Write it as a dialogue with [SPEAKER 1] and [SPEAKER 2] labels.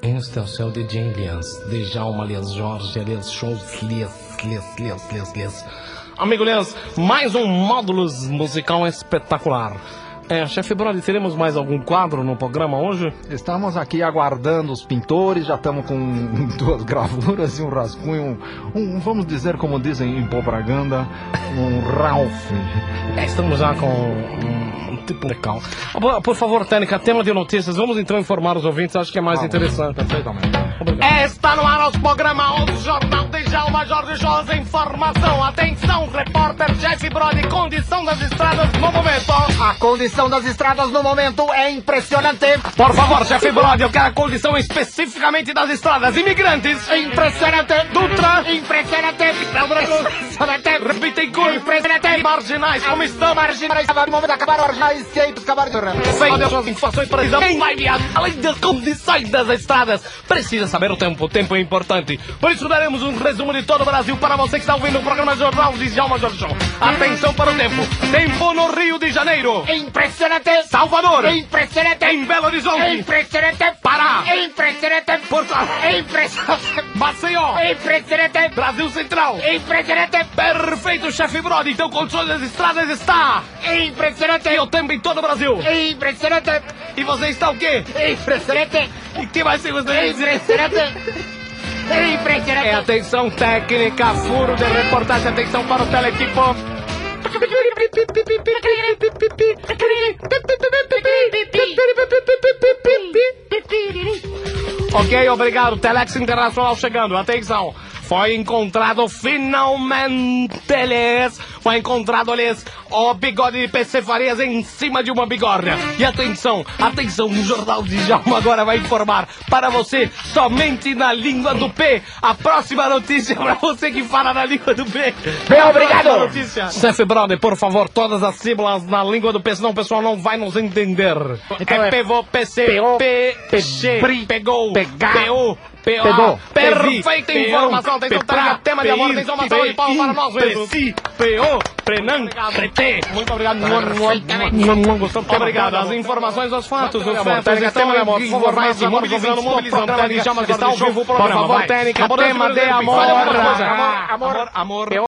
[SPEAKER 1] Trânsito ao é Céu de Jane Lians, de Djalma Lians, Jorge é Lians, Shows Lians, Lians, Lians, Lians, Lians. Amigo Lians, mais um módulos musical espetacular. É, chefe Brody, teremos mais algum quadro no programa hoje?
[SPEAKER 2] Estamos aqui aguardando os pintores, já estamos com duas gravuras e um rascunho, um, um, vamos dizer como dizem em propaganda, um Ralph.
[SPEAKER 1] É, estamos já com um, um tipo de cal. Por, por favor, Tênica, tema de notícias, vamos então informar os ouvintes, acho que é mais ah, interessante.
[SPEAKER 2] Perfeitamente.
[SPEAKER 1] É, está no ar o programa O Jornal de Jalma Jorge Jorge Informação. Atenção, repórter Jeff Brody, condição das estradas no momento.
[SPEAKER 3] A condição condição das estradas no momento é impressionante.
[SPEAKER 1] Por favor, chefe Brody, eu quero a condição especificamente das estradas. Imigrantes.
[SPEAKER 3] Impressionante.
[SPEAKER 1] Dutra.
[SPEAKER 3] Impressionante. Impressionante.
[SPEAKER 1] Bittencourt.
[SPEAKER 3] Impressionante.
[SPEAKER 1] Marginais. Como estão?
[SPEAKER 3] Marginais. No momento acabaram marginais. Seitos acabaram.
[SPEAKER 1] Sem as informações precisamos. Quem vai viajar? Além das condições das estradas, precisa saber o tempo. O tempo é importante. Por isso daremos um resumo de todo o Brasil para você que está ouvindo o programa Jornal de Djalma Jorjão. Atenção para o tempo. Tempo no Rio de Janeiro.
[SPEAKER 3] Impressionante impressionante.
[SPEAKER 1] Salvador.
[SPEAKER 3] Impressionante.
[SPEAKER 1] Em Belo Horizonte.
[SPEAKER 3] Impressionante.
[SPEAKER 1] Pará.
[SPEAKER 3] Impressionante.
[SPEAKER 1] Porto Alegre.
[SPEAKER 3] Impressionante.
[SPEAKER 1] Maceió.
[SPEAKER 3] Impressionante.
[SPEAKER 1] Brasil Central.
[SPEAKER 3] Impressionante.
[SPEAKER 1] Perfeito, chefe Brody. Então, condições das estradas está.
[SPEAKER 3] Impressionante.
[SPEAKER 1] E o tempo em todo o Brasil.
[SPEAKER 3] Impressionante.
[SPEAKER 1] E você está o quê?
[SPEAKER 3] Impressionante.
[SPEAKER 1] E que mais você gostaria
[SPEAKER 3] de dizer? Impressionante. Impressionante.
[SPEAKER 1] É atenção técnica, furo de reportagem, atenção para o teletipo. Ok, obrigado. Telex Internacional chegando. Atenção. Foi encontrado finalmente, eles. Foi encontrado, eles, o bigode de PC Farias em cima de uma bigorna. E atenção, atenção, o Jornal de Jalma agora vai informar para você, somente na língua do P, a próxima notícia para você que fala na língua do P.
[SPEAKER 3] Bem, obrigado.
[SPEAKER 1] Chef Brother, por favor, todas as sílabas na língua do P, senão o pessoal não vai nos entender. Então é, é PVO, PC, P, P, pegou, PU,
[SPEAKER 2] Pegou.
[SPEAKER 1] Perfeita informação. Atenção, traga tema de amor. Atenção, uma salva de palmas para nós.
[SPEAKER 2] Preci, PO, Prenan, Pretê.
[SPEAKER 1] Muito obrigado. Obrigado. As informações, os fatos, os fatos. Tema de amor. Por favor, mais mobilizando, mobilizando. Técnica, chama que está ao vivo o programa. Por favor, técnica, tema de amor.
[SPEAKER 3] Amor, amor, amor.